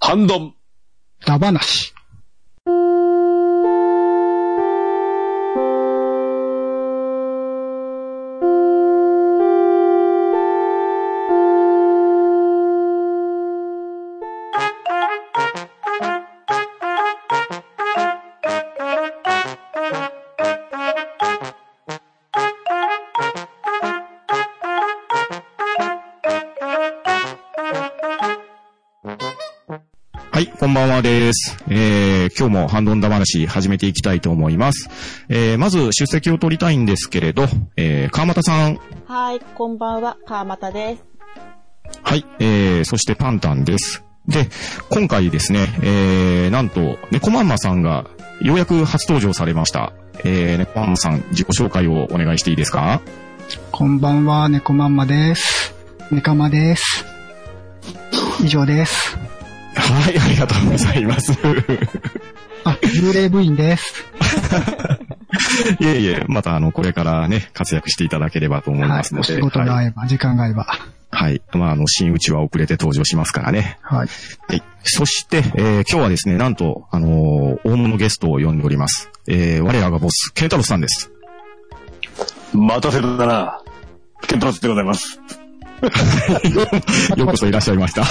半ドン。ダバなし。はい、こんばんはです。えー、今日もハンドンダ話始めていきたいと思います。えー、まず出席を取りたいんですけれど、えー、川又さん、はい、こんばんは、川又です。はい、えー、そしてパンタンです。で、今回ですね、えー、なんと、猫まんまさんがようやく初登場されました。えー、猫まんまさん、自己紹介をお願いしていいですかこんばんは、猫まんまです。ネカマです。以上です。はい、ありがとうござ います。あ、幽霊部員です。いえいえ、またあの、これからね、活躍していただければと思いはまいす。のおで。仕事がはい。合えば、時間が合えば。はい。まあ、あの、新内は遅れて登場しますからね。はい。はい。そして、えー今日はですね、なんと、あのー大物ゲストを呼んでおります。えー我らがボス、ケンタロスさんです。待たせたな。ケンタロスでございます。ようこそいらっしゃいました。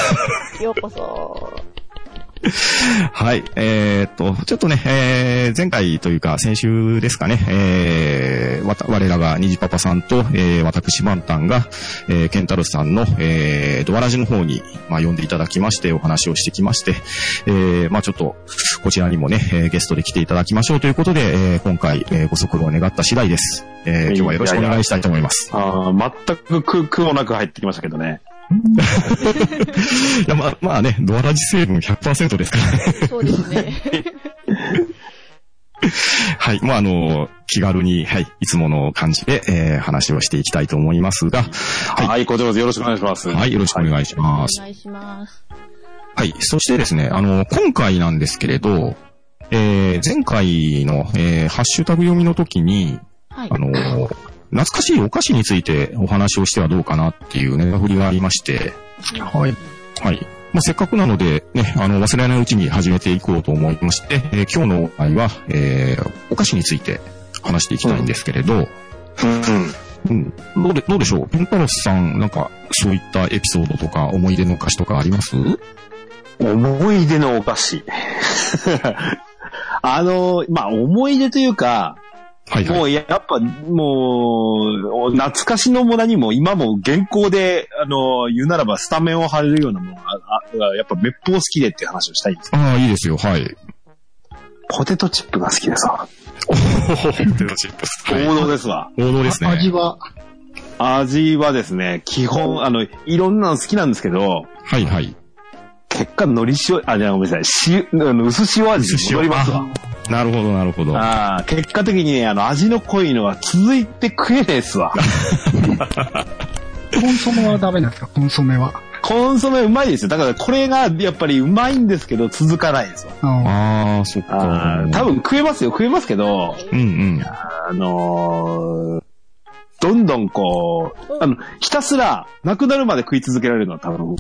ようこそ。はい。えーっと、ちょっとね、えー前回というか、先週ですかね、えーわた、我らが、ニジパパさんと、えー私、バンタンが、えーケンタロスさんの、えードアラジの方に、まあ、呼んでいただきまして、お話をしてきまして、えーまあ、ちょっと、こちらにもね、えーゲストで来ていただきましょうということで、えー今回、えーご足労願った次第です。えー今日はよろしくお願いしたいと思います。ああ、全く苦苦もなく入ってきましたけどね。いや、まあ、まあね、ドアラジ成分100%ですからね。そうですね。はい。まあ、あの、気軽に、はい、いつもの感じで、えー話をしていきたいと思いますが、はい、こちらこそよろしくお願いします。はい、よろしくお願いしおます。願いします。はい。そしてですね、あの、今回なんですけれど、えー前回の、えーハッシュタグ読みの時に、はいあ。の、懐かしいお菓子についてお話をしてはどうかなっていうね、振りがありまして、はい。はい。まあ、せっかくなので、ね、あの、忘れないうちに始めていこうと思いまして、えー今日のお題は、えーお菓子について話していきたいんですけれど、うん。うん。どうで、どうでしょうペンタロスさん、なんか、そういったエピソードとか、思い出の歌詞とかあります思い出のお菓子。 あの、まあ、思い出というか、はいもはうやっぱ、もう、懐かしの村にも今も現行で、あの、言うならばスタメンを張れるようなものが、ああやっぱ滅法好きでっていう話をしたいんです。ああ、いいですよ、はい。ポテトチップが好きでさ、おほほテロチップス。王道ですわ。王道ですね。味は、味はですね、基本、あの、いろんなの好きなんですけど、はいはい。結果、海苔塩、あ、じゃあごめんなさい、塩、あの薄塩味に戻りますわ。あなるほど、なるほど。あああ、結果的にね、あの、味の濃いのが続いて食えねえっす わ。コンソメはダメなんですかコンソメは。コンソメうまいですよ。だからこれが、やっぱりうまいんですけど、続かないですわ。ああー、そっあかあ、。多。分食えますよ、食えますけど、うんうん。あのーどんどんこう、あの、ひたすら、なくなるまで食い続けられるのは多分、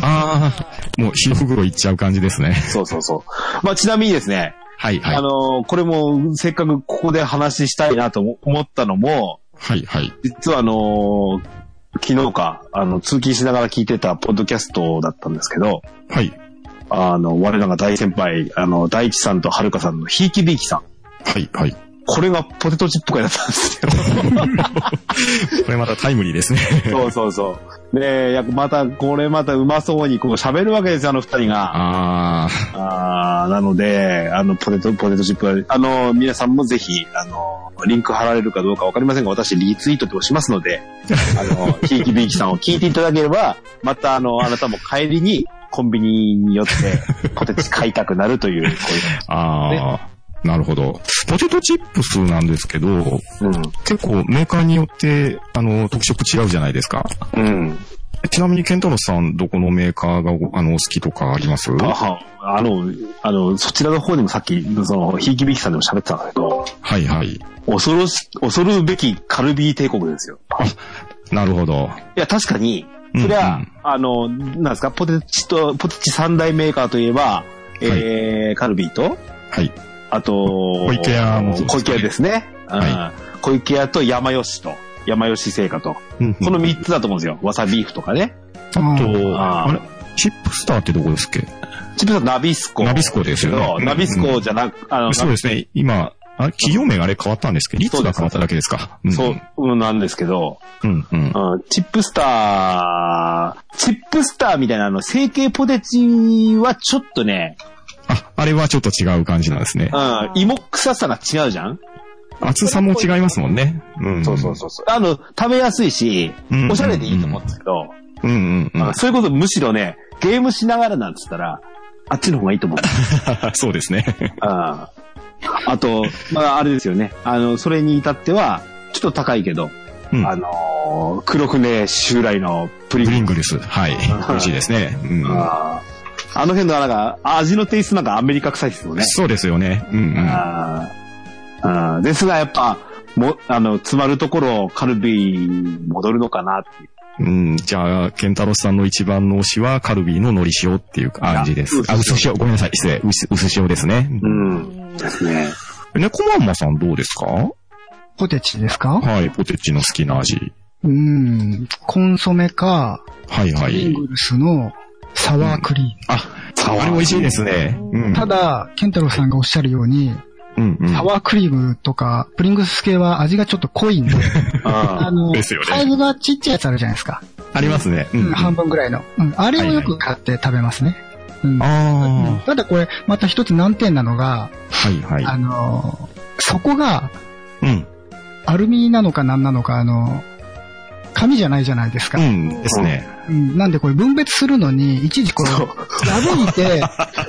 ああ、もう、火の袋いっちゃう感じですね。そうそうそう。まあ、ちなみにですね、はいはいあ。のーこれも、せっかくここで話したいなと思ったのも、はいはい。実はあのー昨日か、あの、通勤しながら聞いてたポッドキャストだったんですけど、はい。あの、我らが大先輩、あの、大地さんとはるかさんのひいきびいきさん。はいはい。これがポテトチップ会だったんですよ。これまたタイムリーですね。 そうそうそう。で、やまた、これまたうまそうにこう喋るわけですよ、あの二人が。ああーなので、あの、ポテト、ポテトチップ、あの、皆さんもぜひ、あの、リンク貼られるかどうかわかりませんが、私リツイートでもしますので、あ の、ひいきびいきさんを聞いていただければ、また、あの、あなたも帰りに、コンビニに寄って、ポテチ買いたくなるという、こあ、ああ。なるほど。ポテトチップスなんですけど、ういう。結構メーカーによって、あの、特色違うじゃないですか。うん。うん。ちなみに、ケンタロスさん、どこのメーカーがご、あの、好きとかありますはああの、あの、そちらの方でもさっき、その、ひいきびいきさんでも喋ってたんだけど、いはい。恐 ろし、恐るべきカルビー帝国ですよ。なるほど。いや、確かに、うんそりゃ、うんあの、なんですか、ポテチと、ポテチ三大メーカーといえば、えーカルビーと、はい。あと、小池屋もそうですね小池屋ですね。はうん小池屋と山吉と、山吉製菓と。うんこの三つだと思うんですよ。わさビーフとかね。あうと、ああーれチップスターってどこですっけチップスはナビスコ。ナビスコですよねそううんナビスコじゃなく、あの、そうですね。今、あれ企業名があれ変わったんですけど、率が変わっただけですか。んそう。、うんなんですけど、うん、うん。うん、チップスター、チップスターみたいなあの、成形ポテチはちょっとね、あ、あれはちょっと違う感じなんですねう。ん、芋臭さが違うじゃん厚さも違いますもんね。うん。そうそう。あの、食べやすいしうん、おしゃれでいいと思うんですけど、う。うん、うん、うあんの。そういうことむしろね、ゲームしながらなんつったら、あっちの方がいい と思う。 そうですね。ああと、まあ、あれですよね。あの、それに至っては、ちょっと高いけど、うんあのー黒船襲来のプリンプグリングルス。はい。美味しいですね。うん。あーあの辺のなんか、味のテイストなんかアメリカ臭いですよね。そうですよね。うん、うん。あーあーですが、やっぱ、も、あの、詰まるところ、カルビー戻るのかなっていう。うん、じゃあ、ケンタロスさんの一番の推しは、カルビーの海苔塩っていう感じです。ああ、薄塩。ごめんなさい。失礼。薄薄塩ですね。うん。んですね。猫まんまさんどうですかポテチですかはい。ポテチの好きな味。うん。コンソメか、はいはプリンい。グルスのサワークリーム。あ、あれ美味しいですね。うん。ただ、ケンタロウさんがおっしゃるように、うんうん。サワークリームとか、プリングルス系は味がちょっと濃 いんで、ああの、ですよねサイズがちっちゃいやつあるじゃないですか。ありますね。ううんん、半分ぐらいの。うん、あれをよく買って食べますね。うんうんあただこれ、また一つ難点なのあ、が、はいはい。あの、底がうん。アルミなのか何なのか、あの、紙じゃないじゃないですか。うん。ですね。うんなんでこれ分別するのに、一時これ、そう破いて、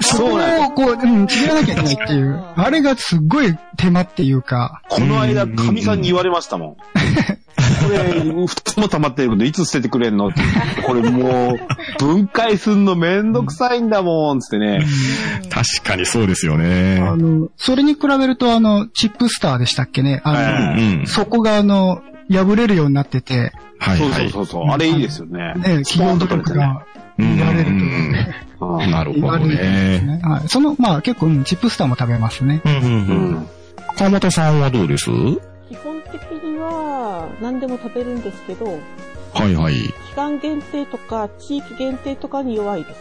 そこそうなんをこう、うん、ちぎらなきゃいけないっていう、あれがすっごい手間っていうか、この間、かみさんに言われましたもん。これ、二つも溜まってるけど、いつ捨ててくれんのって。これもう、分解すんのめんどくさいんだもん、つってね。確かにそうですよね。あの、それに比べるとあの、チップスターでしたっけね、うあはの、いん。底があの、破れるようになってて、はいそうはそうい。そうそう。あれいいですよね。ね、企業努力が見られるというね。うんなる言ほわどれるんですね。ね。はい。その、まあ結構、うん、チップスターも食べますね。うんうんううん。ん。川本さんはどうですは基本的には何でも食べるんですけど、いはい。期間限定とか地域限定とかに弱いです。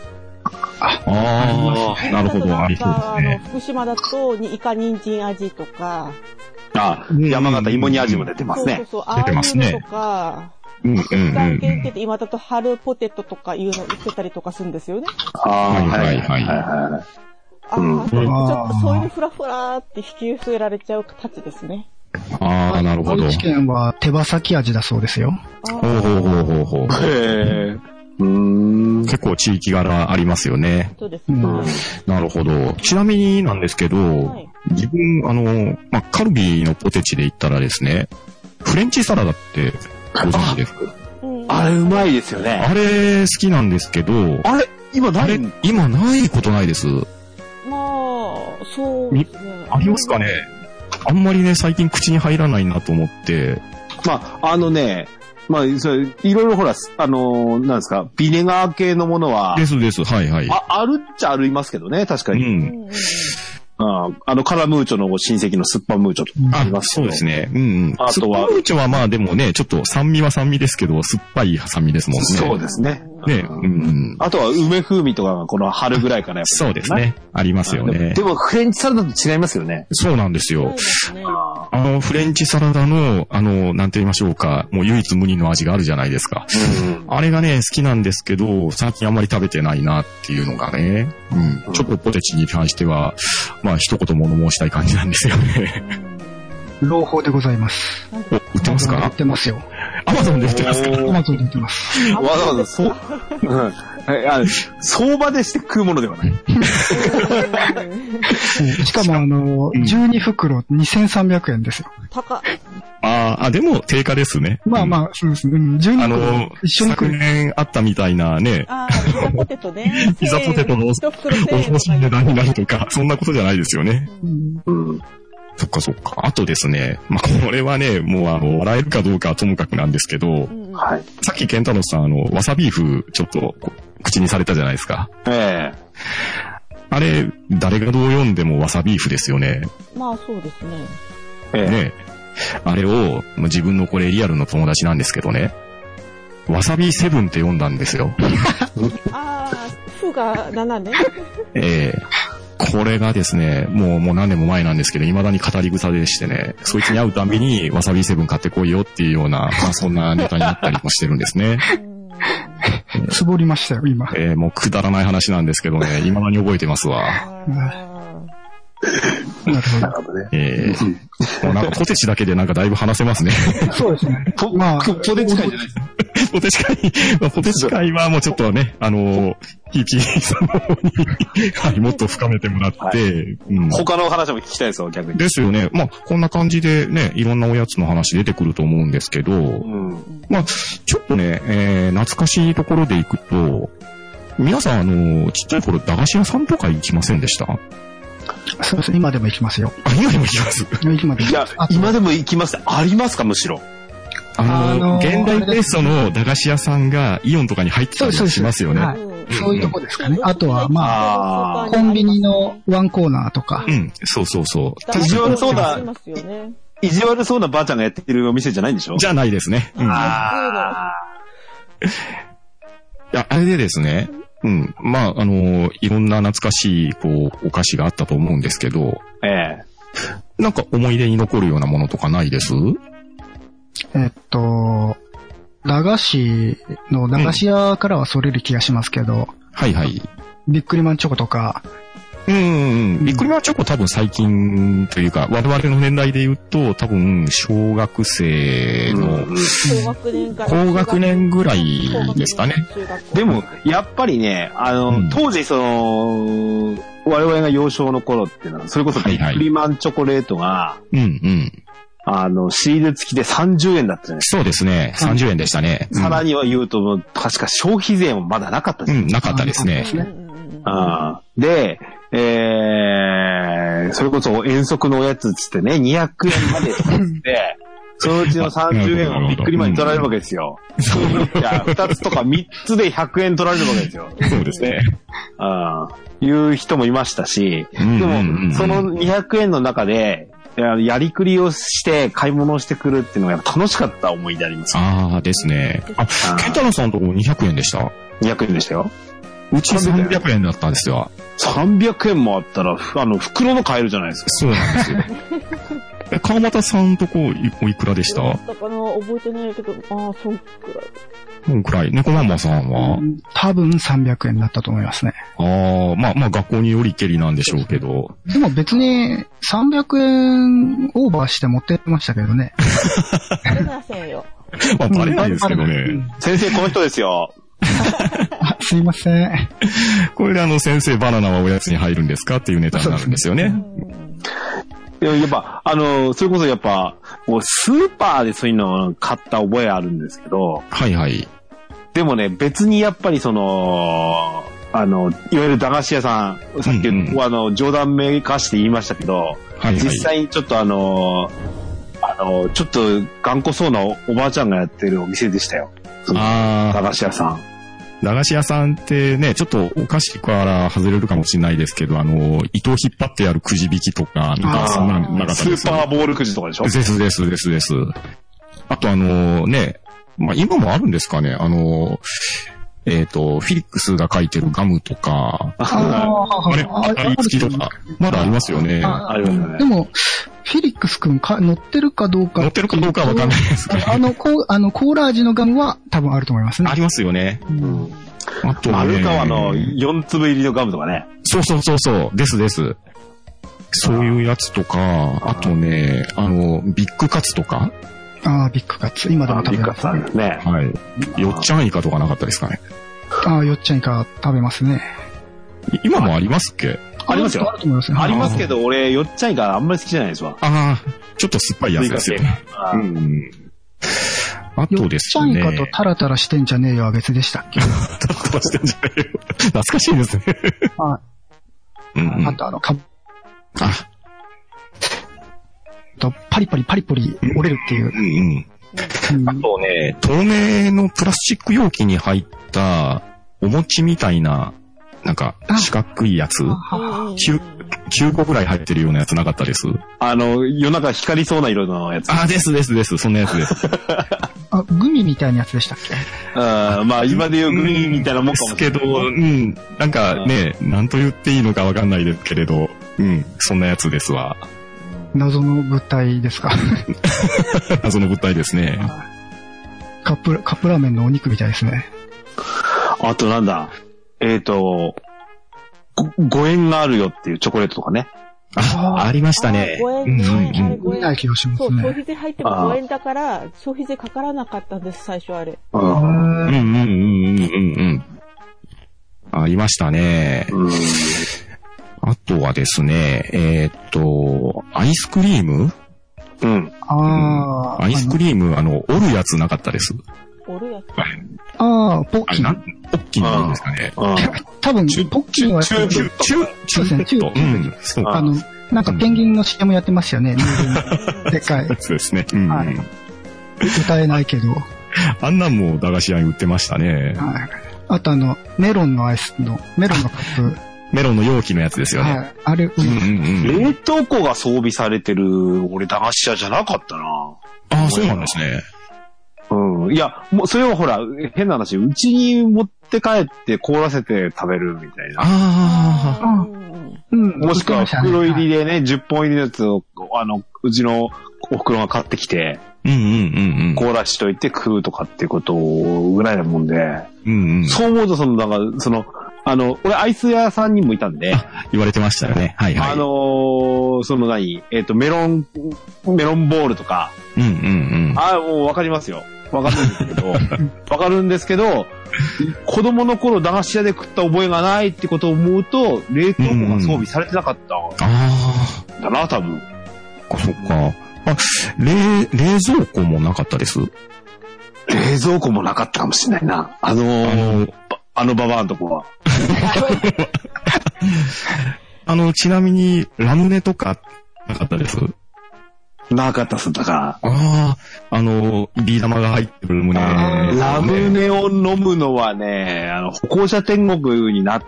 ああ、なるほど。ありそうですねなんか。あの福島だとにイカ人参味とか、あ、山形芋煮味も出てますそうそうね。そう、出てますねああいうのとか、うんうん期間う限ん。定で今だと春ポテトとかいうの売ってたりとかするんですよね。あーはいはいはいはああ、うんちょっとそうあいーうふらふらって引き寄せられちゃうたちですね。ああ、なるほど。愛知県は手羽先味だそうですよ。あほうーほうほうほうい。ほう。へえ。うーん。結構地域柄ありますよね。そうですね。うんなるほど。ちなみになんですけど、はい。自分、あの、まあ、カルビーのポテチで言ったらですね、フレンチサラダってご存知ですかうんあれうまいですよね。あれ好きなんですけど、あれ今あ誰れ今ないことないです。まあ、そうですね。ありますかねあんまりね、最近口に入らないなと思って。まあ、あのね、まあ、それいろいろほら、あのーなんですか、ビネガー系のものは、ですです、はいはい。あ、あるっちゃありますけどね、確かう。に。うんんうんあーあの、カラムーチョの親戚のスッパムーチョとかあありま、すけそうどです。ね。うんうん。あとはスッパムーチョはまあでもね、ちょっと酸味は酸味ですけど、酸っぱい酸味ですもんね。そうですね。ね、うんうん。あとは梅風味とかがこの春ぐらいからやっぱそうですね。ありますよねで。も、フレンチサラダと違いますよね。そうなんですそよう。ですね。ああの、フレンチサラダの、あの、なんて言いましょうか、もう唯一無二の味があるじゃないですか。ーあれがね、好きなんですけど、最近あんまり食べてないなっていうのがね、うん。ちょっとポテチに関しては、まあ一言物申したい感じなんです よね。朗報でございます。 お、売ってます売かってますよ。アマゾンで売ってますかアおーマゾンで売ってます。わざわざ、そう、うんえあの相場でして食うものではない。しかもあの、うん12袋2300円ですよ。高っ。あーあ、でも定価ですね。まああ。まあ、そうですね。うん、12あの袋、一緒に昨食う。年あったみたいなね、。ああ、ピザポテトね ピザポテトの一袋恐ろしい1000円値段になるとか、そんなことじゃないですよね。うんうん。そっかそっか。あとですね、まあ、これはね、もうあの、笑えるかどうかはともかくなんですけどう、んうん。はい。さっき健太郎さん、あの、わさビーフ、ちょっと、こう口にされたじゃないですか。ええあれ、誰がどう読んでもわさビーフですよね。まあそうですね。ええね。あれを、まあ自分のこれリアルの友達なんですけどね、わさびセブンって読んだんですよ。ああ、ふが7ね。ええこれがですね、もう、もう何年も前なんですけど、未だに語り草でしてね、そいつに会うたびに、わさびセブン買ってこいよっていうような、まあそんなネタになったりもしてるんで すね。うんつぼりましたよ、今。ええもうくだらない話なんですけどね、未だに覚えてますわ。あなるほなるほどね。え えもうなんかポテチだけでなんかだいぶ話せますね。ど。そうですね。ポ まあポポテチ会じゃないですか。ポテチ会、まあポテチ会はもうちょっとね、あの、ひいきさんの方に、はい、もっと深めてもらって、はいうん他のお話も聞きたいですよ、逆に。ですよね。まあ、こんな感じでね、いろんなおやつの話出てくると思うんですけどう、ん。まあ、ちょっとね、えー、懐かしいところで行くと、皆さん、あの、ちっちゃい頃、駄菓子屋さんとか行きませんでしたあ、そうですね。今でも行きますよ。今でも行きます。今でもいや、今でも行きますありますか、むしろ。あの、あのー現代テイストの駄菓子屋さんがイオンとかに入ってたりそうですしますよね。はーいうんそういうとこですかね。あとは、ままああ、コンビニのワンコーナーとかう。ん、そうそうそう。非常にそうだありますよね。意地悪そうなばあちゃんがやってるお店じゃないんでしょじゃないですね。うんあいや、あれでですね、うん。まあ、あのーいろんな懐かしい、こう、お菓子があったと思うんですけど、あ。えなんか思い出に残るようなものとかないですえっと、駄菓子の、駄菓子屋からはそれる気がしますけど、はいはい。ビックリマンチョコとか、うんうんうん。ビックリマンチョコ多分最近というか、我々の年代で言うと、多分、小学え生の、高学年から。高学年ぐらいですかね。中学校でも、、やっぱりね、あの、うん当時、その、我々が幼少の頃っていうのは、それこそビックリマンチョコレートが、うんうん。あの、シール付きで30円だったじゃないですそうですね。うん30円でしたね。か。さらには言うと、確か消費税もまだなかったじうゃなん、ういん、なかったですね。うんうんうんうんあーで、えー、それこそ遠足のおやつっつってね、200円までとかっつ って、そのうちの30円をビックリマンに取られるわけですよ。いや、2つとか3つで100円取られるわけですよ。そうですね。あーいう人もいましたし、ででも、その200円の中で、いややりくりをして買い物をしてくるっていうのがやっぱ楽しかった思い出あります。ああ、ですね。あ、あケーンタロウさんのとこ200円でした。 200円でしたよ。うち300円だったんですよ。 300円もあったら、ふあの、袋の買えるじゃないですか。そうなんですよ。 え、川又さんとこい、おいくらでしただから覚えてないけど、ああ、そうくらい。こんくらい。猫ママさんは。多分300円だったと思いますね。ああ、まあまあ学校によりけりなんでしょうけど。でも別に300円オーバーして持ってってましたけどね。あれませんよ。まあバレないですけどね。先生、この人ですよ。あ、すいません。これであの先生バナナはおやつに入るんですかっていうネタになるんですようね。んいややっぱ、あの、それこそやっぱ、もうスーパーでそういうのを買った覚えあるんですけど、はいはい。でもね、別にやっぱりその、あの、いわゆる駄菓子屋さん、さっき、うんうんあの、冗談めかして言いましたけど、はいは実い。際にちょっとあの、あの、ちょっと頑固そうなおおばあちゃんがやってるお店でしたよ。駄あ菓子屋さん。あ、駄菓子屋さんってね、ちょっとお菓子から外れるかもしれないですけど、あの、糸引っ張ってやるくじ引きとか、なんかそんなのなかったスですーよねパーボールくじとかでしょですですですです。あとあのね、まあ、今もあるんですかね、あのえっ、と、フィリックスが書いてるガムとか、ああれ、当たり付きとか、まだありますよね。あありますよねでも、フェリックス君か乗ってるかどうか。乗ってるかどうかはわかんないですけど。あの、こう、あの、コーラ味のガムは多分あると思いますねあ。りますよね。うんあとはね丸川の4粒入りのガムとかね。そうそうそうそう、ですです。そういうやつとか、あとね、あの、ビッグカツとか、ああ、ビッグカツ。今でも食べます。さんね。はい。よっちゃんイカとかなかったですかね。ああ、よっちゃんいか食べますね。い今もありますっけありますよあると思いますね。。ありますすけど、俺、よっちゃんいからあんまり好きじゃないですわ。ああ、ちょっと酸っぱいやつですよね。あーん。あよとっですちゃんね。いかとタラタラしてんじゃねえよは別でしたっけタラしてんじゃねえよ懐かしいですね。あうんうんあとあの、かあと、パリパリパリパリ折れるっていう。うんうん。うん あとね、透明のプラスチック容器に入ったお餅みたいな、なんかあ四角いやつ、はうんきゅ9個ぐらい入ってるようなやつなかったです。あの、夜中光りそうな色のやつ。あ、ですですです。そんなやつ です。あ、グミみたいなやつでしたっけうん、まあ今で言うグミみたいなもんでかすもしれけなど、い。うん。なんかね、なんと言っていいのかわかんないですけれど、うん。そんなやつですわ。 謎の物体ですか 謎の物体ですね。カップ、カップラーメンのお肉みたいですね。あとなんだ、えっ、と、ごご縁があるよっていうチョコレートとかね。あ、ありましたね。あうんうんご縁うんねご見ない縁気がしまそすう、消ね。費税入ってもあー5円だから、消費税かからなかったんです、最初あれ。うあん。うんうんうんうんうんうん。ありましたね。うんあとはですね、えーっと、アイスクリームうん。あー、アイスクリーム、あの、折るやつなかったです。おるやつ。あー、ポッあキれ、なー。ん、ポッキーなんですかね。うん。 多分チュ、ポッキーのやつチューチュチュそうですね、チューう、ん、そうあか。の、なんかペンギンの CM やってますよね。でっかい。そうですね。うん。はい歌えないけど。あんなんも駄菓子屋に売ってましたね。はい。あとあの、メロンのアイスの、メロンのカ ッメロンの容器のやつですプ。よね。はい。あれ、ううんんうんうん。冷凍庫が装備されてる、俺、駄菓子屋じゃなかったな。ああ、そうなんですね。うん。いや、もう、それはほら、変な話、うちに持って帰って凍らせて食べるみたいな。ああうんうんうん。もしく売はってましたね袋入りはでいね、10本入りのやつを、あの、うちのお袋が買ってきて、あ、うんうんうん凍らしといて食うとかっていうことぐらいなもんで、うん。うんうん。そう思うと、その、なんか、その、あの、俺、アイス屋さんにもいたんで、言われてましたよね。はいはい。あのーその何、えっ、と、メロン、メロンボールとか、うんうんああ、もうわかりますよ。わかるんですけど、 わかるんですけど、子供の頃駄菓子屋で食った覚えがないってことを思うと、冷凍庫が装備されてなかったうん。あんだな、多分。あ、そっか。あ、冷、冷蔵庫もなかったです。冷蔵庫もなかったかもしれないな。あのあーの、あのババアのとこは。あの、ちなみに、ラムネとか、なかったです。なかったっす、だかああ、あの、ビー玉が入ってる胸。ら。ラム。ネを飲むのはね、あの、歩行者天国になっ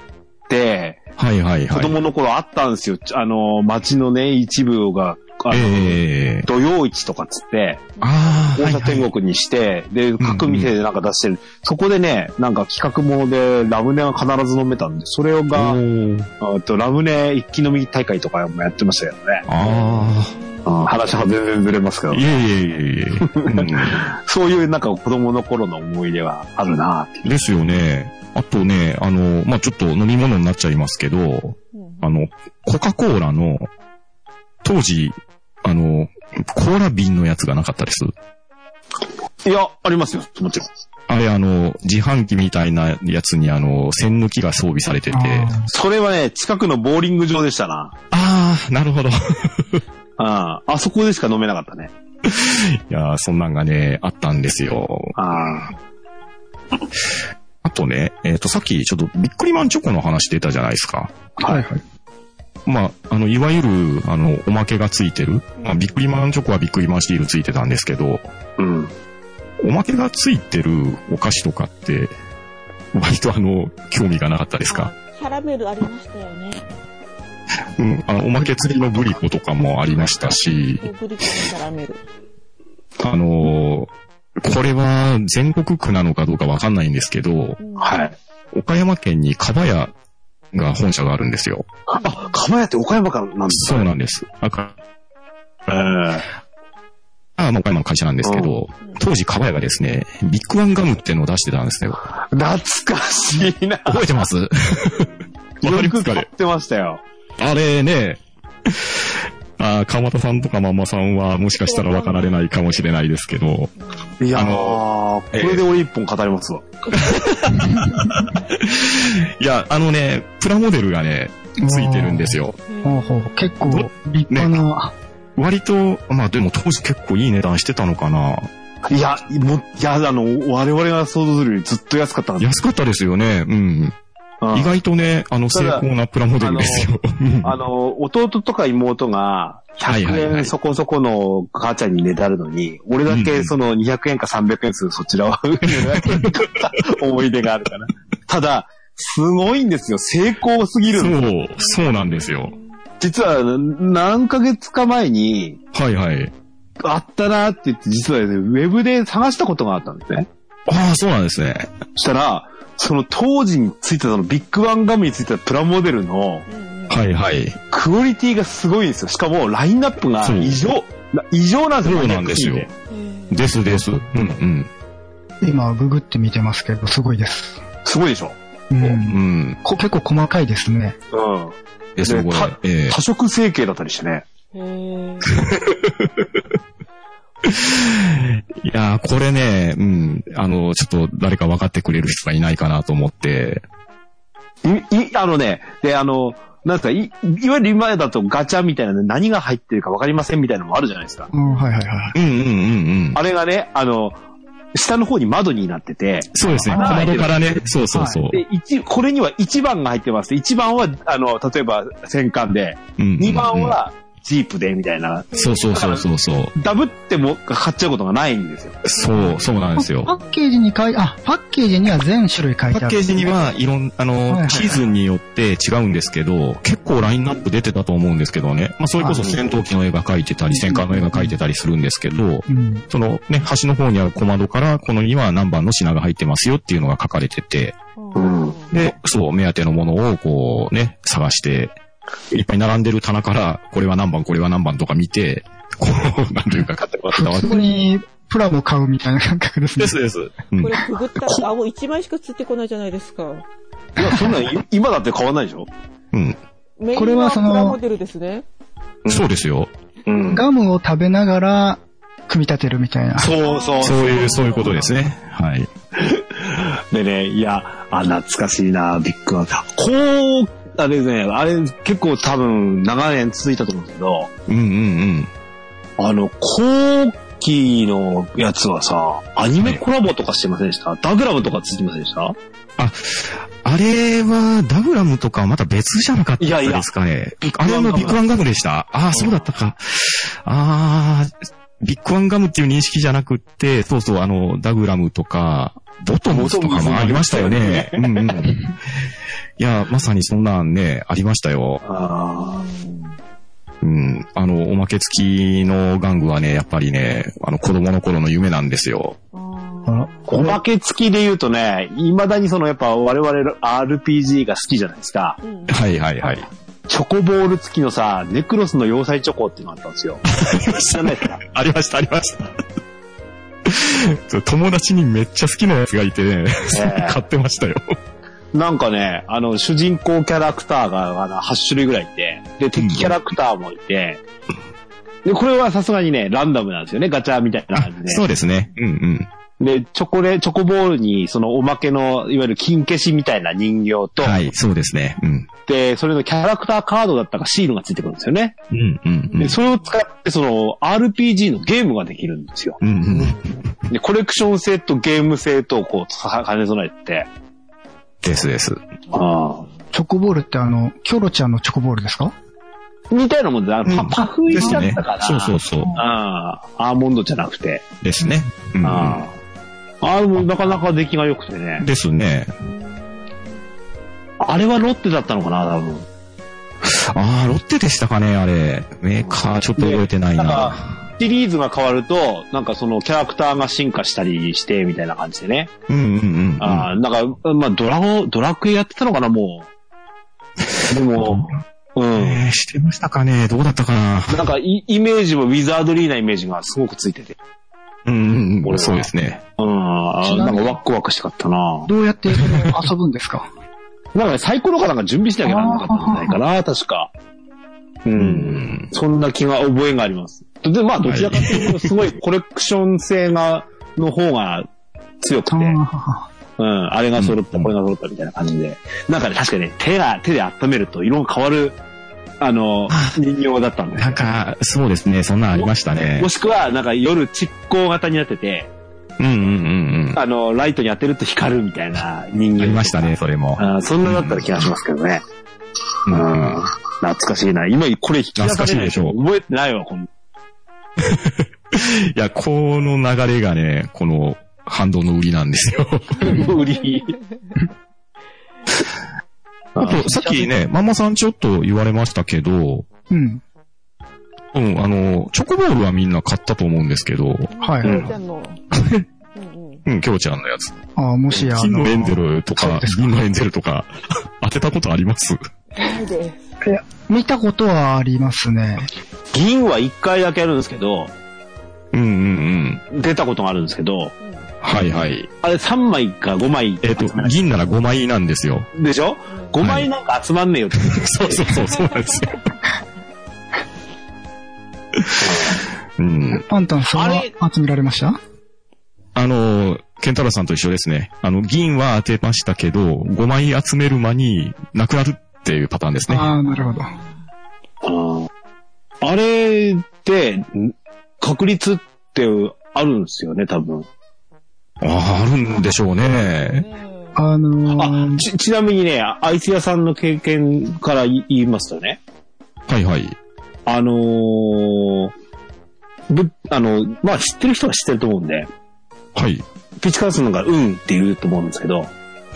て、はいはい子はい。供の頃あったんですよ。あの、町のね、一部が、あのええ。土曜市とかっつって、ああ、大社天国にして、で、各店でなんか出してる、そこでね、なんか企画ものでラムネが必ず飲めたんで、それが、国あとラムネ一気飲み大会とかもやってましたよね。あうん話は全然ずれますけどあ、い、えいえいえいえ。うんそういうなんか子供の頃の思い出はあるなっていう。ですよね。あとね、あの、まあ、ちょっと飲み物になっちゃいますけど、うんあの、コカ・コーラの、当時、あの、コーラ瓶のやつがなかったです。いや、ありますよ、もちろん。あれ、あの、自販機みたいなやつに、あの、栓抜きが装備されてて。あそれはね、近くのボーリング場でしたな。ああ、なるほど。いうん。あそこでしか飲めなかったね。やーそんなんがね、あったんですよ。ああとね、えっ、と、さっき、ちょっと、ビックリマンチョコの話出たじゃないですか。ーはいはい。まあ、あの、いわゆる、あの、おまけがついてる。まあ、ビックリマンチョコはビックリマンシールついてたんですけど、うん。おまけがついてるお菓子とかって、割とあの、興味がなかったですか。あキャラメルありましたよね。うん、あの、おまけ付きのグリコとかもありましたし、ブリッジのキャラメル。あのーこれは全国区なのかどうかわかんないんですけど、うんはい。岡山県にかばやが本社があるんですよ。あ、釜屋って岡山からなんですそうなんです。あか、ええあまあ岡山の会社なんですけど、うん当時かばやがですね、ビッグワンガムっていうのを出してたんですよ。懐かしいな。覚えてます わかりよまくす買かねってましたよ。あれね、あー川端さんとかママさんはもしかしたら分かられないかもしれないですけど、いやあー、このれで俺一本語りますわ。いや、あのね、プラモデルがね、ついてるんですよ。うんほうほう。結構、立派な、割と、まあでも当時結構いい値段してたのかな。いや、もう、いや、あの、我々が想像するよりずっと安かったんです安かったですよね、うん。うん意外とね、あの、成功なプラモデルですよ。あの、弟とか妹がはいはい100は円いそこそこの母ちゃんにねだるのに、俺だけその200円か300円するそちらを 思い出があるから。ただ、すごいんですよ。成功すぎるその。う、そうなんですよ。実は、何ヶ月か前に、はいはい。あったなって言って、実はですね、ウェブで探したことがあったんですね。ああ、そうなんですね。したら、その当時についてたそのビッグワンガムについてたプラモデルのうんうんはいはい。クオリティがすごいんですよ。しかもラインナップがそう異常、な異常なんですよ。そうなんですよマニアックうんですです。うんうん。今、ググって見てますけど、すごいです。ぎてすごいでしょ。う。うんん。こ結構細かいですね。うん。ですでこたれ。ええ多色成形だったりしてね。へーいやーこれね、うん。あの、ちょっと誰か分かってくれる人がいないかなと思って。い、い、あのね、で、あの、なんですか、い、いわゆる今だとガチャみたいなので何が入ってるかわかりませんみたいなのもあるじゃないですか。うん、はいはいはい。うんうんうんうん。あれがね、あの、下の方に窓になってて、そうですね。小あ窓からね。そうそうそう。で、一、これには1番が入ってます。1番は、あの、例えば戦艦で、うん2番。はジープで、みたいな。うんそうそうそうそうそう。ダブっても買っちゃうことがないんですよ。そう、そうなんですパよ。ッケージに書い、あ、パッケージには全種類書いパてあッケる。ージにはいろん、あいはいはの、いシーズンによって違うんですけど、結構ラインナップ出てたと思うんですけどね。まあ、それこそ戦闘機の絵が描いてたり、戦艦の絵が描いてたりするんですけど、うん。そのね、端の方にある小窓から、このには何番の品が入ってますよっていうのが書かれてて、うんで、そう、目当てのものをこうね、探して、いっぱい並んでる棚から、これは何番、これは何番とか見て、こう、なんていうか、買ってもらったわ普け通にプラモ買うみたいな感覚ですね。ですです。うんこれくぐったら、青一枚しかついてこないじゃないですか。いや、そんなんい今だって変わんないでしょうん。メインこれはそのプラモデルですね。そうですよ。うんガムを食べながら、組み立てるみたいな。そうそうそういう、そういうことですね。はい。でね、いや、あ、懐かしいな、ビッグワン。こう、あれですね、あれ結構多分長年続いたと思うんですけど、うんうんうん。あの、後期のやつはさ、アニメコラボとかしてませんでしたダグラムとかついてませんでしたあれは、ダグラムとかはまた別じゃなかったいやいやですかね。ビッグあワンガムれもビッグワンガムでした。ああ、そうだったか。ああ、ビッグワンガムっていう認識じゃなくって、そうそう、あの、ダグラムとか、ボトムズとかもありましたよね。うんうん。いや、まさにそんなんね、ありましたよ。あうん。あの、おまけ付きの玩具はね、やっぱりね、あの、子供の頃の夢なんですよ。ああーらーおまけ付きで言うとね、未だにそのやっぱ我々 RPG が好きじゃないですか。うんはいはいはい。チョコボール付きのさ、ネクロスの要塞チョコっていうのがあったんですよ。知らないですかありました、ありました。友達にめっちゃ好きなやつがいてね、ええ買ってましたよ。なんかね、あの、主人公キャラクターがあの8種類ぐらいいて、で、敵キャラクターもいて、で、これはさすがにね、ランダムなんですよね、ガチャみたいな感じそうですね。うんうん。で。で、チョコレ、チョコボールに、そのおまけの、いわゆる金消しみたいな人形と、はい、そうですね。うん。で、それのキャラクターカードだったかシールがついてくるんですよね。うんうんうんで、それを使って、その、RPG のゲームができるんですよ。うんうん。で、コレクション性とゲーム性と、こう、さ兼ね備えて、ですです。ああチョコボールってあの、キョロちゃんのチョコボールですかみたいなもんで、あのうんパパフ入でりすだっねたから、。そうそうそう。ああ、アーモンドじゃなくて。ですね。うんああ。ああ、もうなかなか出来が良くてね。ですね。あれはロッテだったのかな、多分。ああ、ロッテでしたかね、あれ。メーカーちょっと覚えてないでなな。シリーズが変わると、なんかそのキャラクターが進化したりして、みたいな感じでね。うんうんうん。ああ、なんか、まあドラゴン、ドラクエやってたのかな、もう。で も、うん。えーしてましたかねどうだったかななんかイ、イメージもウィザードリーなイメージがすごくついてて。うんうんう俺はん。そうですね。うん。あーちななみんにかワックワクしたかったな。どうやってそれを遊ぶんですかなんかね、サイコロかなんか準備しなきゃならなかったんじゃないかな、確か。う。うんん。そんな気が、覚えがあります。で、まあ、どちらかというと、す ごいコレクション性が、の方が強くて、あうん、あれが揃った、うんこれが揃ったみたいな感じで。なんかね、確かにね、手が、手で温めると色が変わる、あの、人形だったんで。なんか、そうですね。そんなんありましたねも。しくは、なんか夜、蓄光型になってて、うんうんうんうん。ああの、ライトに当てると光るみたいな人間。りましたね、。それも。あーそんなだった気がしますけどね。うんうん懐かしいな。今、これ引き出されない懐かしいでしょ覚えてないわ、この。いや、この流れがね、この反動の売りなんですよ。無 理。 あと、さっきね、 ママさんちょっと言われましたけど、うん。うん、あの、チョコボールはみんな買ったと思うんですけど、はい。うんおちゃんの。うん うん。うん、きょうちゃんのやつ。ああ、もし、あ金のの、エンゼルとそうかです、か銀のエンゼルとか、 当てたことありますないです。見たことはありますね。銀は一回だけあるんですけど、うんうんうん。出たことがあるんですけど、うんはいはい。あれ3枚か5枚。えっ、と、銀なら5枚なんですよ。でしょ ?5 枚なんか集まんねえよって。 そうそうそう、そうなんですよ。 うん。パンタンさんあれは集められましたあの、ケンタロウさんと一緒ですね。あの、銀は当てましたけど、5枚集める間になくなるっていうパターンですね。ああ、なるほど。うんあれって、ん確率ってあるんですよね、多分。ああるんでしょうね。ねあのあー、ち、ちなみにね、アイス屋さんの経験から言いますとね、はいはい。あのーぶ、あの、まあ、知ってる人は知ってると思うんで、はい。ピチカーソンがうんって言うと思うんですけど、ほう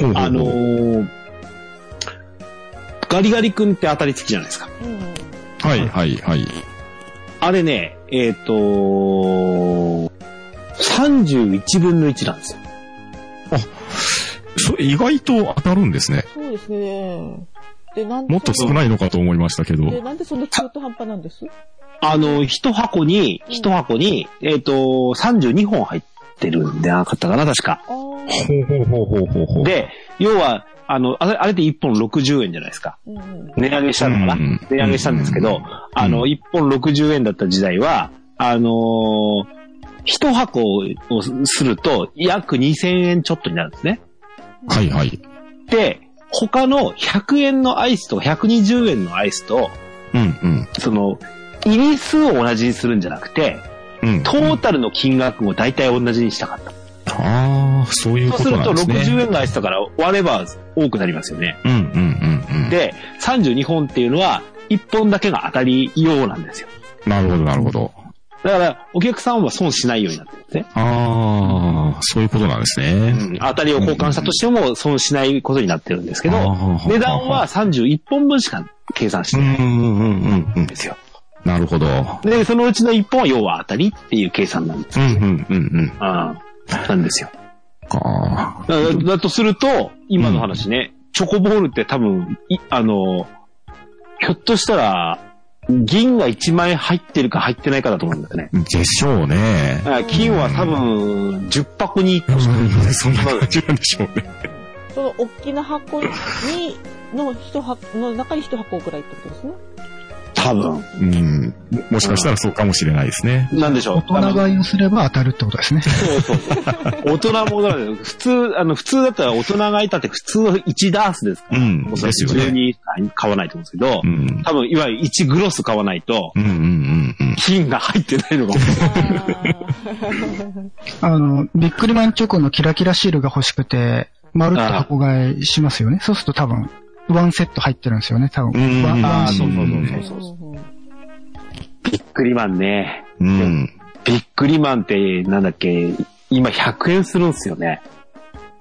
ほうほうあのーガリガリ君って当たり付きじゃないですか。えうんはいはいはい。あれね、えっ、とー、31分の1なんですよ。そ意外と当たるんですね。そうですね。で、なんもっと少ないのかと思いましたけど。で、なんでそんな中途半端なんですあの、一箱に、うん一箱に、えっ、と、32本入ってるんでなかったかな、確か。ああ。ほうほうほうほうほうほう。で、要は、あの、あれあれで1本60円じゃないですか。うんうん。値上げしたのかな、うん値上げしたんですけど、うんあの、1本60円だった時代は、あのー一箱をすると、約2000円ちょっとになるんですね。はいはい。で、他の100円のアイスと120円のアイスと、うんうん。その、入り数を同じにするんじゃなくて、うん。トータルの金額も大体同じにしたかった。ああ、そういうそうこすとるなとんですね。 60円のアイスだから割れば多くなりますよね。うんうんうんうん。で、32本っていうのは1本だけが当たりようなんですよ。なるほどなるほど。だからお客さんは損しないようになってるんですね。ああ、そういうことなんですね。当たりを交換したとしても損しないことになってるんですけど、値値段は31本分しか計算してうんないんうんうんうんうん。ですよ。なるほど。で、そのうちの1本は要は当たりっていう計算なんですうんよ。うんうんううん。んなんですよ。ああ。だだとすると、今の話ね、チョコボールって多分、いあの、ひょっとしたら、銀が1枚入ってるか入ってないかだと思うんだよね。でしょうね。あ金は多分、10箱に1個しか 入ってない。そんな感じなんでしょうね。その大きな箱に、の一箱、の中に一箱ぐらいってことですね。多分。うん。もしかしたらそうかもしれないですね。なんでしょう。大人買いをすれば当たるってことですね。そうそうそう。大人も大人だよ普通、あの、普通だったら大人がいたって普通は1ダースですかうら。ん。おそでらすくよ普通ね。に買わないと思うんですけどう、ん。多分、いわゆる1グロス買わないと、うんうんうんうん。金が入ってないのかも。あの、ビックリマンチョコのキラキラシールが欲しくて、まるっと箱買いしますよね。そうすると多分、ワンセット入ってるんですよね、多うん分。ワンワンシーあルーそうそうそうそううびっくりマンね。うん。びっくりマンって、なんだっけ、今100円するんすよね。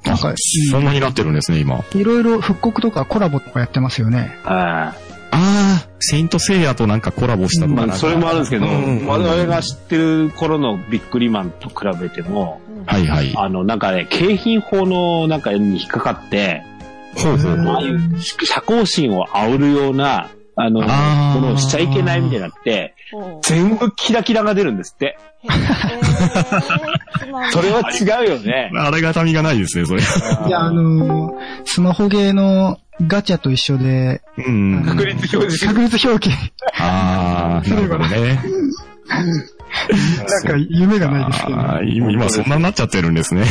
なんか、そんなになってるんですね、今。いろいろ復刻とかコラボとかやってますよね。あああ、セイントセイヤとなんかコラボしたあとまかなんあ、か。それもあるんですけど、うんうんうん我々が知ってる頃のびっくりマンと比べても、ん うんはいはい。あの、なんかね、景品法のなんかに引っかかって、ほうほうほああう。いう社交心を煽るような、あの、あーものをしちゃいけないみたいになって、うん全部キラキラが出るんですって。へーつまんそれないは違うよね。あれがたみが ないですね、それ。いや、あのースマホゲーのガチャと一緒で、うん。確率表示。確率表記、ああ、なるほどね。なんか夢がないですけど。あー今今そんなになっちゃってるんです ね。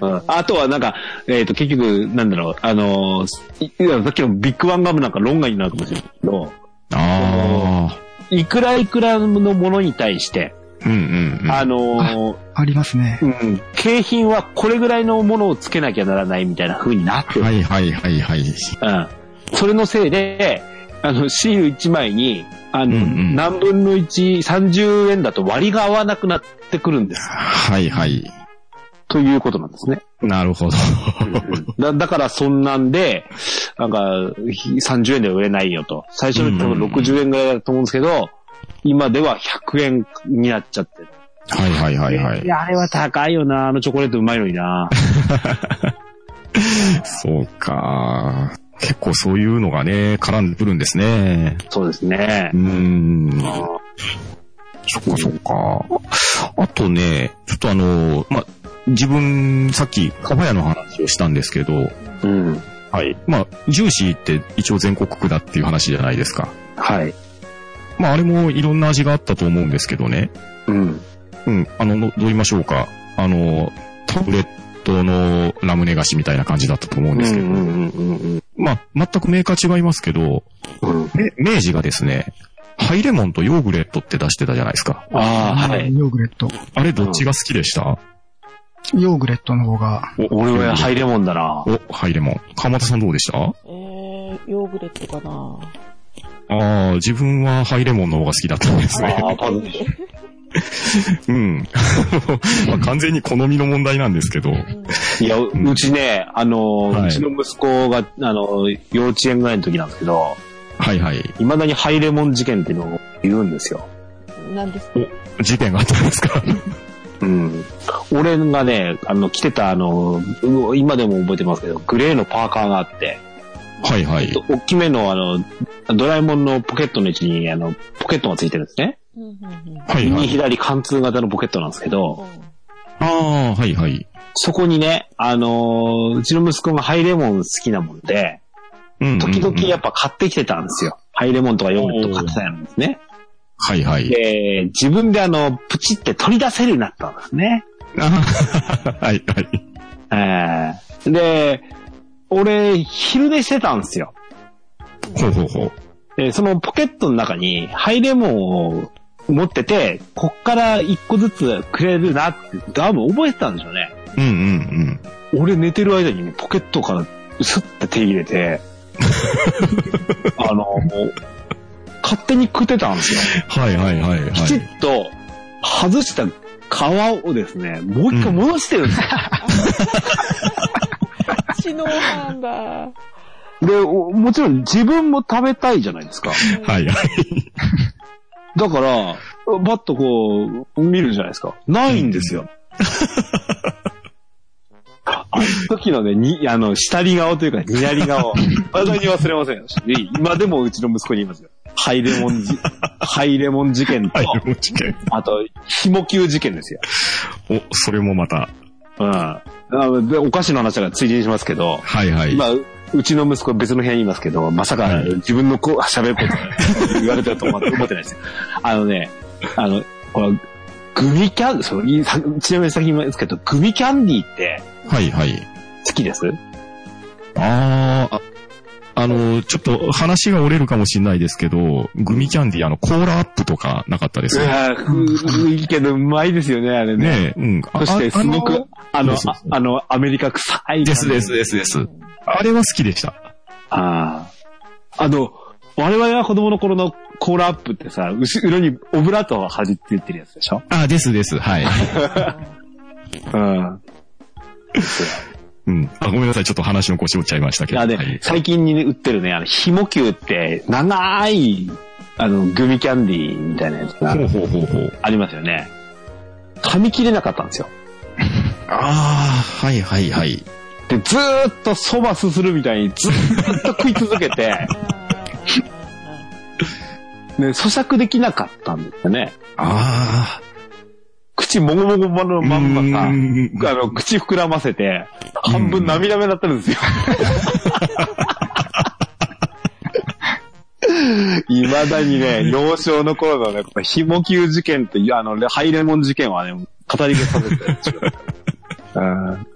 うんあとはなんか、えっ、と、結局、なんだろう、あのーいいやさっきのビッグワンガムなんか論外になるかもしれないけど、あいくらいくらのものに対して、あ。うんうんうん。あのーありますね。うん、景品はこれぐらいのものをつけなきゃならないみたいな風になってる。はいはいはいはい。うん。それのせいで、あの、シール1枚に、あの、うんうん何分の1、30円だと割が合わなくなってくるんです。はいはい。ということなんですね。なる ほど。だだから、そんなんで、なんか、ひ30円では売れないよと。最初の時多分60円ぐらいだと思うんですけど、今では100円になっちゃってる。はいはいはいはい。や、あれは高いよな。あのチョコレートうまいのにな。そうか。結構そういうのがね、絡んでくるんですね。そうですねうー。ん。そっかそっか。あとね、ちょっとあの、ま、自分、さっき、カファヤの話をしたんですけど、うん。はい。まあ、ジューシーって一応全国区だっていう話じゃないですか。はい。まあ、あれもいろんな味があったと思うんですけどね。うん。うん。あの、のどう言いましょうか。あの、タブレットのラムネ菓子みたいな感じだったと思うんですけど。うんうんうんまあ、全くメーカー違いますけど、うん。め明治がですね、ハイレモンとヨーグレットって出してたじゃないですか。ああ、はい。ヨーグレット。あれどっちが好きでした、ヨーグレットの方が、俺はハイレモンだな。お、ハイレモン。川又さんどうでしたえー、ヨーグレットかなああ、自分はハイレモンの方が好きだったんですね。ああ、パズうん。 まあ完全に好みの問題なんですけど。うんいや、うんうちね、あの、はいうちの息子が、あの、幼稚園ぐらいの時なんですけど、はいはい。未だにハイレモン事件っていうのを言うんですよ。ん。なんですか事件があったんです かうん。俺がね、あの、着てた、あの、う今でも覚えてますけど、グレーのパーカーがあって、はいはい。大きめの、あの、ドラえもんのポケットの位置に、あの、ポケットがついてるんですね。うんうんうんはいは右い。左貫通型のポケットなんですけど、ああ、はいはい。そこにね、あのーうちの息子がハイレモン好きなもんで、うんうんうん時々やっぱ買ってきてたんですよ。ハイレモンとかヨーグレット買ってたんですね。はいはい。で、自分であの、プチって取り出せるようになったんですね。あー はいはい。えーで、俺、昼寝してたんですよ。ほうほうほう。で、そのポケットの中にハイレモンを持ってて、こっから一個ずつくれるなって、多分覚えてたんでしょうね。うんうん俺寝てる間にね、ポケットからスッて手入れ て、あの、もう、勝手に食ってたんですよ。うん。はいはいはいはい。きちっと外した皮をですね、もう一回戻してるんですよ。知能犯だ。でお、もちろん自分も食べたいじゃないですか。はいはい。だから、バッとこう、見るじゃないですか。ないんですよ。あの時のね、に、あの、下り顔というか、にやり 顔。まだに忘れませんし。今でもうちの息子に言いますよ。ハイレモンじ、ハイレモン事件とは、い、もう事件。あと、ひも級事件ですよ。お、それもまた。うん。あので、お菓子の話だからついでにしますけど、はいはい。今、ううちの息子は別の部屋にいますけど、まさかはい自分のこう、あ喋ること言われたと思って思ってないですよ。あのね、あの、このグミキャン、そのいさちなみに先に言いますけど、グミキャンディーってはいはい。好きですあーあ、あの、ちょっと話が折れるかもしれないですけど、グミキャンディー、あの、コーラアップとかなかったですいね。やー、いいけど、うまいですよね、あれね。ねえ、うん。あそして、すごく、、あの、あそうそうそうあの、アメリカ臭い。ですですですです。あれは好きでした。ああ。あの、我々が子供の頃のコーラアップってさ、後ろにオブラートが端って言ってるやつでしょあ、ですです、はい。うん。うん。あ、ごめんなさい、ちょっと話の腰折っちゃいましたけいど。やね、はい最近に、ね、売ってるね、あの、ひも球って、長い、あの、グミキャンディーみたいなやつがほうほうほうほう。ありますよね。噛み切れなかったんですよ。ああ、はいはいはい。で、ずーっとそばすするみたいにずーっと食い続けて、 ね、咀嚼できなかったんですよね。あ口もごもごまのあ。まんまうさ、ーんあの、口膨らませて、うん半分涙目だった んですよ。いまだにね、幼少の頃のね、このひもきゅう事件って、いやあの、ハイレモン事件はね、語り口させてた うん。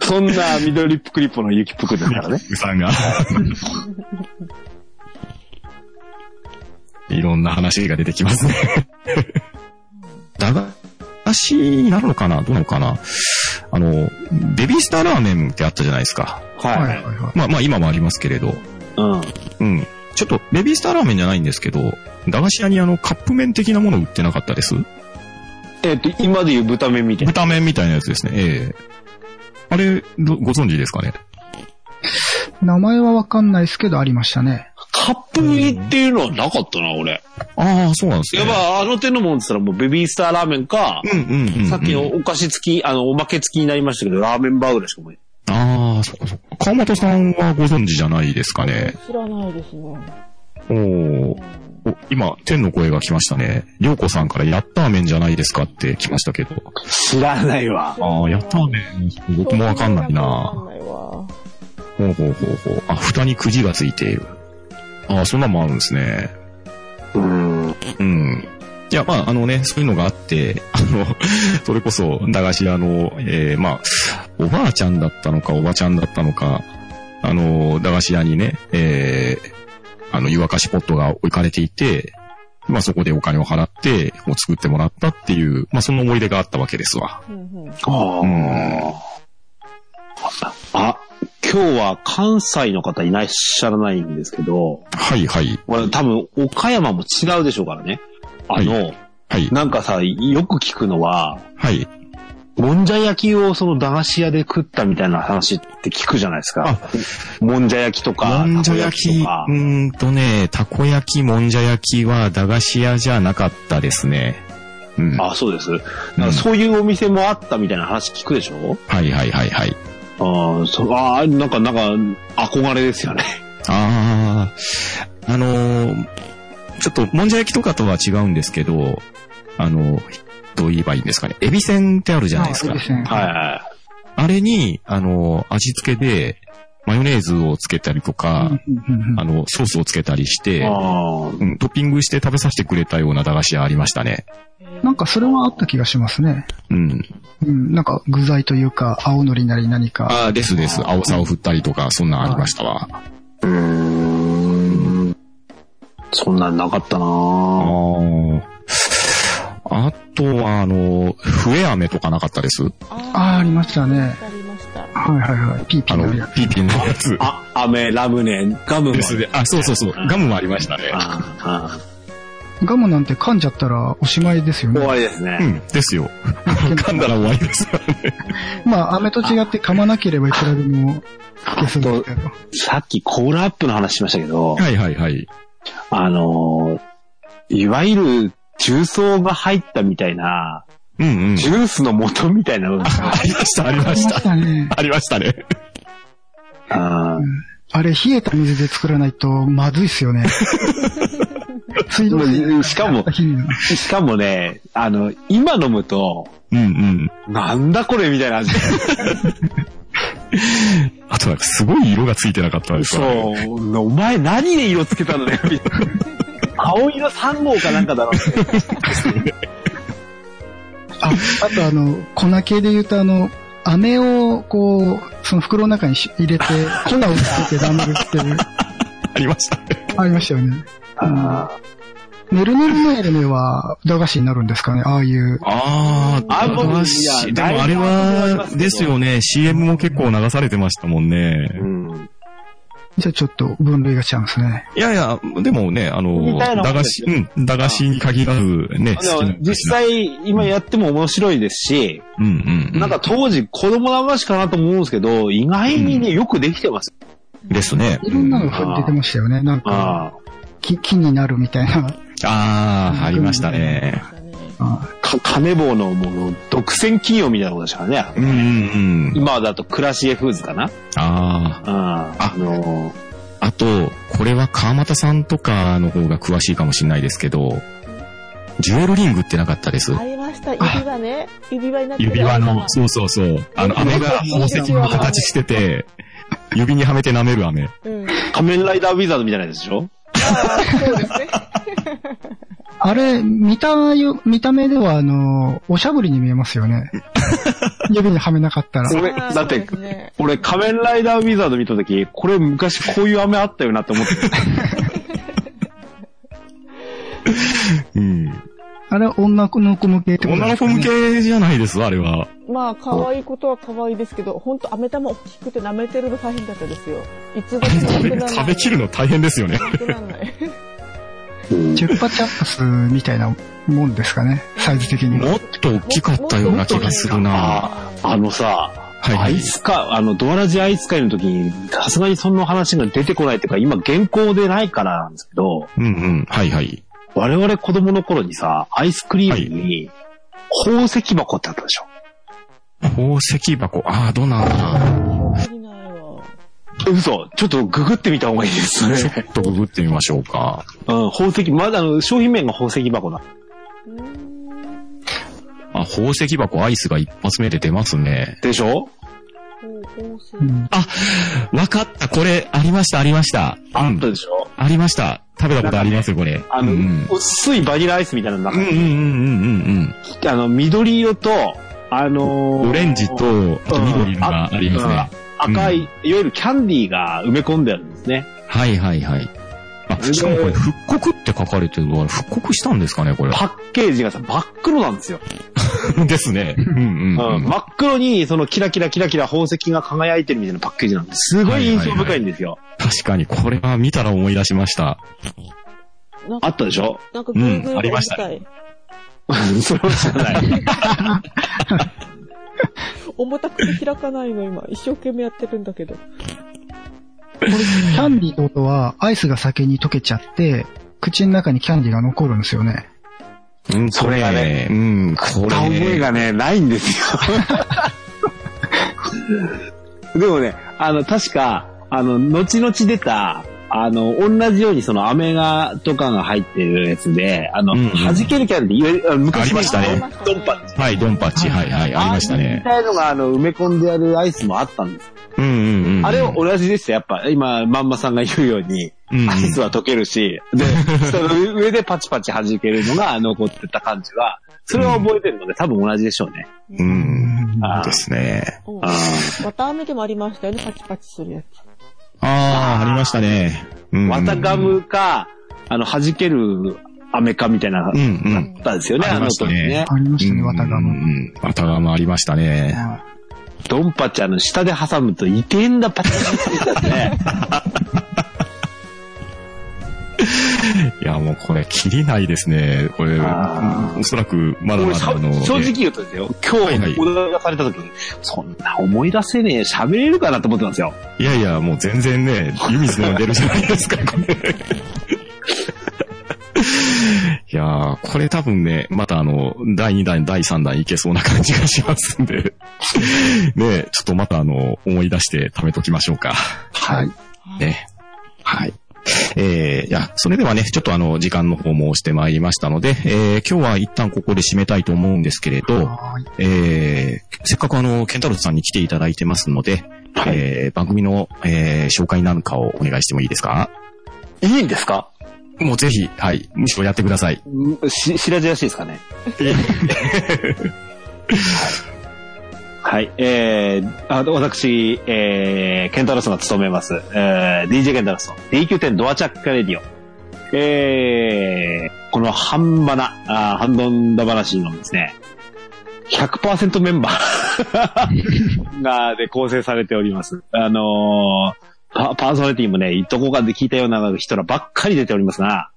そんな緑ぷくりぽのゆきぷくですからね。うさんが。いろんな話が出てきますね。話になるのかなどうなのかなあの、ベビースターラーメンってあったじゃないですか。はいははいい。はい。まあまあ今もありますけれど。うん。うん。ちょっと、ベビースターラーメンじゃないんですけど、駄菓子屋にあの、カップ麺的なもの売ってなかったです。えっ、と、今で言う豚麺みたいな。豚麺みたいなやつですね。ええあれ、どご存知ですかね名前はわかんないですけど、ありましたね。カップ入りっていうのはなかったな、俺。ああ、そうなんですね。やっぱ、あの手のもんって言ったらもうベビースターラーメンか、うんうんうんうん。さっきのお菓子付き、あの、おまけ付きになりましたけど、ラーメンバーぐらいしかもうああ、そっかそっか。川本さんはご存知じゃないですかね。知らないですね。おーお、今、天の声が来ましたね。りょうこさんから、やったーめんじゃないですかって来ましたけど。知らないわ。ああ、やったーめん。僕もわかんないわかなんないわ。ほうほうほうほう。あ、蓋にくじがついている。ああ、そんなのもあるんですね。うん。うん。いや、まあ、あのね、そういうのがあって、あの、 それこそ、駄菓子屋の、えーまあ、おばあちゃんだったのか、おばちゃんだったのか、あの、駄菓子屋にね、えーあの、湯沸かしポットが置かれていて、まあ、そこでお金を払って、もう作ってもらったっていう、まあ、その思い出があったわけですわ。うんうん。あうんあ。あ、今日は関西の方いらっしゃらないんですけど、はいはい。これ多分岡山も違うでしょうからね。あの、はい。なんかさ、よく聞くのは、はい。もんじゃ焼きをその駄菓子屋で食ったみたいな話って聞くじゃないですか。もんじゃ焼きとか、もんじゃたこ焼き、とうか。ーんとね、たこ焼き、もんじゃ焼きは駄菓子屋じゃなかったですね。うん。あ、そうです。うんそういうお店もあったみたいな話聞くでしょはいはいはいはい。ああ、そあーなんか、なんか、憧れです よね。ああ、あのーちょっと、もんじゃ焼きとかとは違うんですけど、あのどう言えばいいんですかね。エビせんってあるじゃないですかあ。そうですね。はいはい。あれに、あの味付けで、マヨネーズをつけたりとか、うんうんうんあの、ソースをつけたりして、あーうんトッピングして食べさせてくれたような駄菓子屋ありましたね。なんかそれはあった気がしますね。うん。うん、なんか具材というか、青のりなり何か。ああ、ですです。青さを振ったりとか、そんなんありましたわ。うーん。そんなんなかったなぁああ。あとは、あの、笛飴とかなかったです。あー、ありまししたね。ありました。はいはいはい。ピーピあーの、のピやーピーのやつ。あ、飴、ラムネ、ガムもですね。あ、そうそうそう。ガムもありましたね。あーあつ。ガムなんて噛んじゃったらおしまいですよーね終。わりですね。うん。ですよ。噛んだら終わりですからね。まあ、飴と違って噛まなければいくらでも消すんですけど。さっきコーラアップの話しましたけど、はいはいはい。あのーいわゆる重曹が入ったみたいな、うんうん。ジュースの素みたいなのが、 ありました、ありました。たね。ありましたね。あーあれ、冷えた水で作らないとまずいっす よね。水道水うんしかも、火にしかもね、あの、今飲むと、うんうん。なんだこれみたいな味。あとは、すごい色がついてなかったですからねそう。お前何で色つけたのね青色3号かなんかだろうね。あ、あとあの、粉系で言うとあの、飴をこう、その袋の中にし入れて、粉をつけて頑張るっていう、ありましたね。ありましたよね。あねるねるねるねは駄菓子になるんですかねああいう。あーあんまりいやでもあれだいぶありまはす、けどですよね。CM も結構流されてましたもんね。うん。じゃあちょっと分類が違うんですね。いやいや、でもね、あの、みたいなも駄ん菓です子、ようん、駄菓子に限らずね、好きでなもんで実すね、際、今やっても面白いですし、うんうんうん。なんか当時子供の話かなと思うんですけど、意外にね、よくできてます。ですね。いろんなのが出てましたよね。なんあか、木木になるみたいな。ああ、ありましたね。ああ。か、金棒のもの、独占企業みたいなことでしたからね。うんうんうん。今だとクラシエフーズかなあうん。あのーあ。あと、これは川又さんとかの方が詳しいかもしれないですけど、ジュエルリングってなかったです。ありました。指輪ね。指輪になってる指輪の、そうそうそう。あの、飴が宝石の形してて、指にはめて舐める飴。うん。仮面ライダーウィザードみたいなやつでしょあーそうです ね。あれ、見たよ、見た目ではあの、おしゃぶりに見えますよね。指にはめなかったら。俺、あーだっそうてです、ね俺、仮面ライダーウィザード見たとき、これ昔こういう飴あったよなって思ってた。うん。あれは女の子向けってこと女でのすか子ね向けじゃないです、あれは。まあ、可愛いことは可愛いですけど、ほんと、飴玉大きくて舐めてるの大変だったですよ。いつご食べ、 食べきるの大変ですよね。なくならない。うんチュッパチャップスみたいなもんですかね、サイズ的には。もっと大きかったような気がするなあのさ、はいアイスか、あの、ドアラジアイス会の時に、さすがにその話が出てこないっていうか、今現行でないからなんですけど、うんうん。はいはい。我々子供の頃にさ、アイスクリームに、宝石箱ってあったでしょ。宝石箱。ああ、どうなんだ。記憶にないわ。嘘、ちょっとググってみた方がいいですね。ちょっとググってみましょうか。うん、宝石、まだあの商品名が宝石箱だ。うーん。あ、宝石箱アイスが一発目で出ますね。でしょほう、宝石。うんわかった。これ、ありました、ありました。あうんったでしょありました。食べたことありますよ、これ。あの、うんうん薄いバニラアイスみたいなののうんうん中うに、んうんあの、緑色と、あのうん。ーオレンジと、あと緑のがありますね。うん赤い、いわゆるキャンディーが埋め込んであるんですね。はいはいはい。あ、しかもこれ、復刻って書かれてるのは、復刻したんですかね、これ。パッケージがさ、真っ黒なんですよ。ですね。うんうん。うんうん。真っ黒に、そのキラキラキラキラ宝石が輝いてるみたいなパッケージなんです。すごい印象深いんですよ。確かに、これは見たら思い出しました。なんあか、ったでしょ なんかぐるぐうんるありましたい。それは知らない。重たくて開かないの、今。一生懸命やってるんだけど。これ、キャンディーってことは、アイスが先に溶けちゃって、口の中にキャンディーが残るんですよね。うん、それがねこれうん、これ。覚えがね、ないんですよ。でもね、あの、確か、あの、後々出た、あの、同じようにその飴が、とかが入ってるやつで、あの、うんうん弾けるキャンディーいわゆる、あの昔ありましたねあのドンパはい、ドンパッチ、はいはい、ありましたあれみね。たいのが、あの、埋め込んであるアイスもあったんです。うんうんうん。あれを、同じでした、やっぱ。今、まんまさんが言うように、うんうんアイスは溶けるし、で、 その上でパチパチ弾けるのが残ってた感じは、それは覚えてるので、多分同じでしょうね。う。うんあーですね。うん。あー綿飴でもありましたよね、パチパチするやつ。ああ、ありましたね。うん綿ガ。ムか、あの、弾ける飴かみたいな、うんうあん。ったんですよね、ありあのました時ねね。ありましたね、綿ガうんム。うんうん。綿ガムありましたね。はドンパチあの、下で挟むと、いてんだパチパチってね。いや、もうこれ、切りないですね。これ、あーおそらく、まだま俺さ だあの、正直言うとですよ、はい今はい日、お題がされた時に、そんな思い出せねえ、喋れるかなと思ってたんですよ。いやいや、もう全然ね、湯水の出るじゃないですか、これ。いやー、これ多分ね、またあの、第2弾、第3弾いけそうな感じがしますんで。ねちょっとまたあの、思い出して貯めときましょうか。はい。ね。はい。えー、いや、それではね、ちょっとあの、時間の方も押してまいりましたので、えー、今日は一旦ここで締めたいと思うんですけれど、ーいえーせっかくあの、ケンタロウさんに来ていただいてますので、はいえー番組の、えー紹介なんかをお願いしてもいいですかいいんですかもうぜひ、はい、むしろやってください。んし、白々しいですかね。はい。えー、あ私、えー、ケンタロスが務めます、えー、DJ ケンタロスの DQ10 ドアチャックレディオ。えー、この半ばな、あー半ドンダ話のですね、100%メンバー が、で構成されております。あのーパパーソナリティもね、どこかで聞いたような人らばっかり出ておりますが、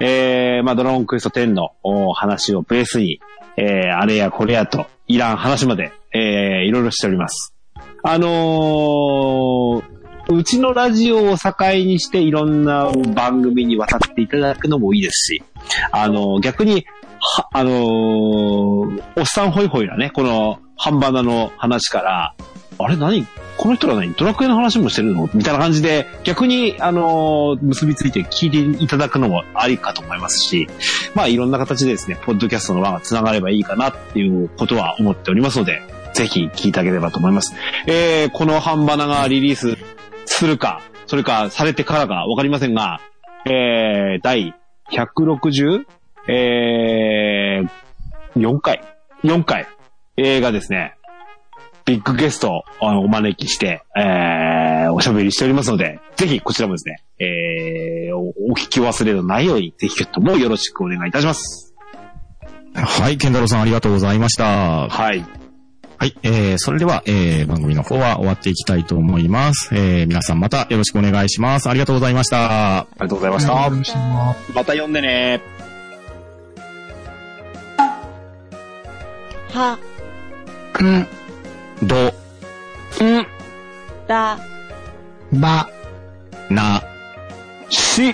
えー、まあ、ドラゴンクエスト10のお話をベースに、えー、あれやこれやと、いらん話まで、えー、いろいろしております。あのー、うちのラジオを境にしていろんな番組に渡っていただくのもいいですし、あのー逆に、は、あのーおっさんホイホイなね、この、半ばなの話から、あれ何この人ら何ドラクエの話もしてるのみたいな感じで、逆に、あのー結びついて聞いていただくのもありかと思いますし、まあいろんな形でですね、ポッドキャストの輪が繋がればいいかなっていうことは思っておりますので、ぜひ聞いてあげればと思います。えー、この半ばながリリースするか、それかされてからかわかりませんが、えー、第 160? えー、4回 ?4 回えーがですね、ビッグゲストをあのお招きして、えー、おしゃべりしておりますので、ぜひこちらもですね、えー、おお聞き忘れのないように、ぜひともよろしくお願いいたします。はい、ケンタロウさんありがとうございました。はい。はい、えー、それでは、えー、番組の方は終わっていきたいと思います。えー、皆さんまたよろしくお願いします。ありがとうございました。ありがとうございましあた。りがとうございましたまた読んでね。は、く、ど、だ、ば、な、し、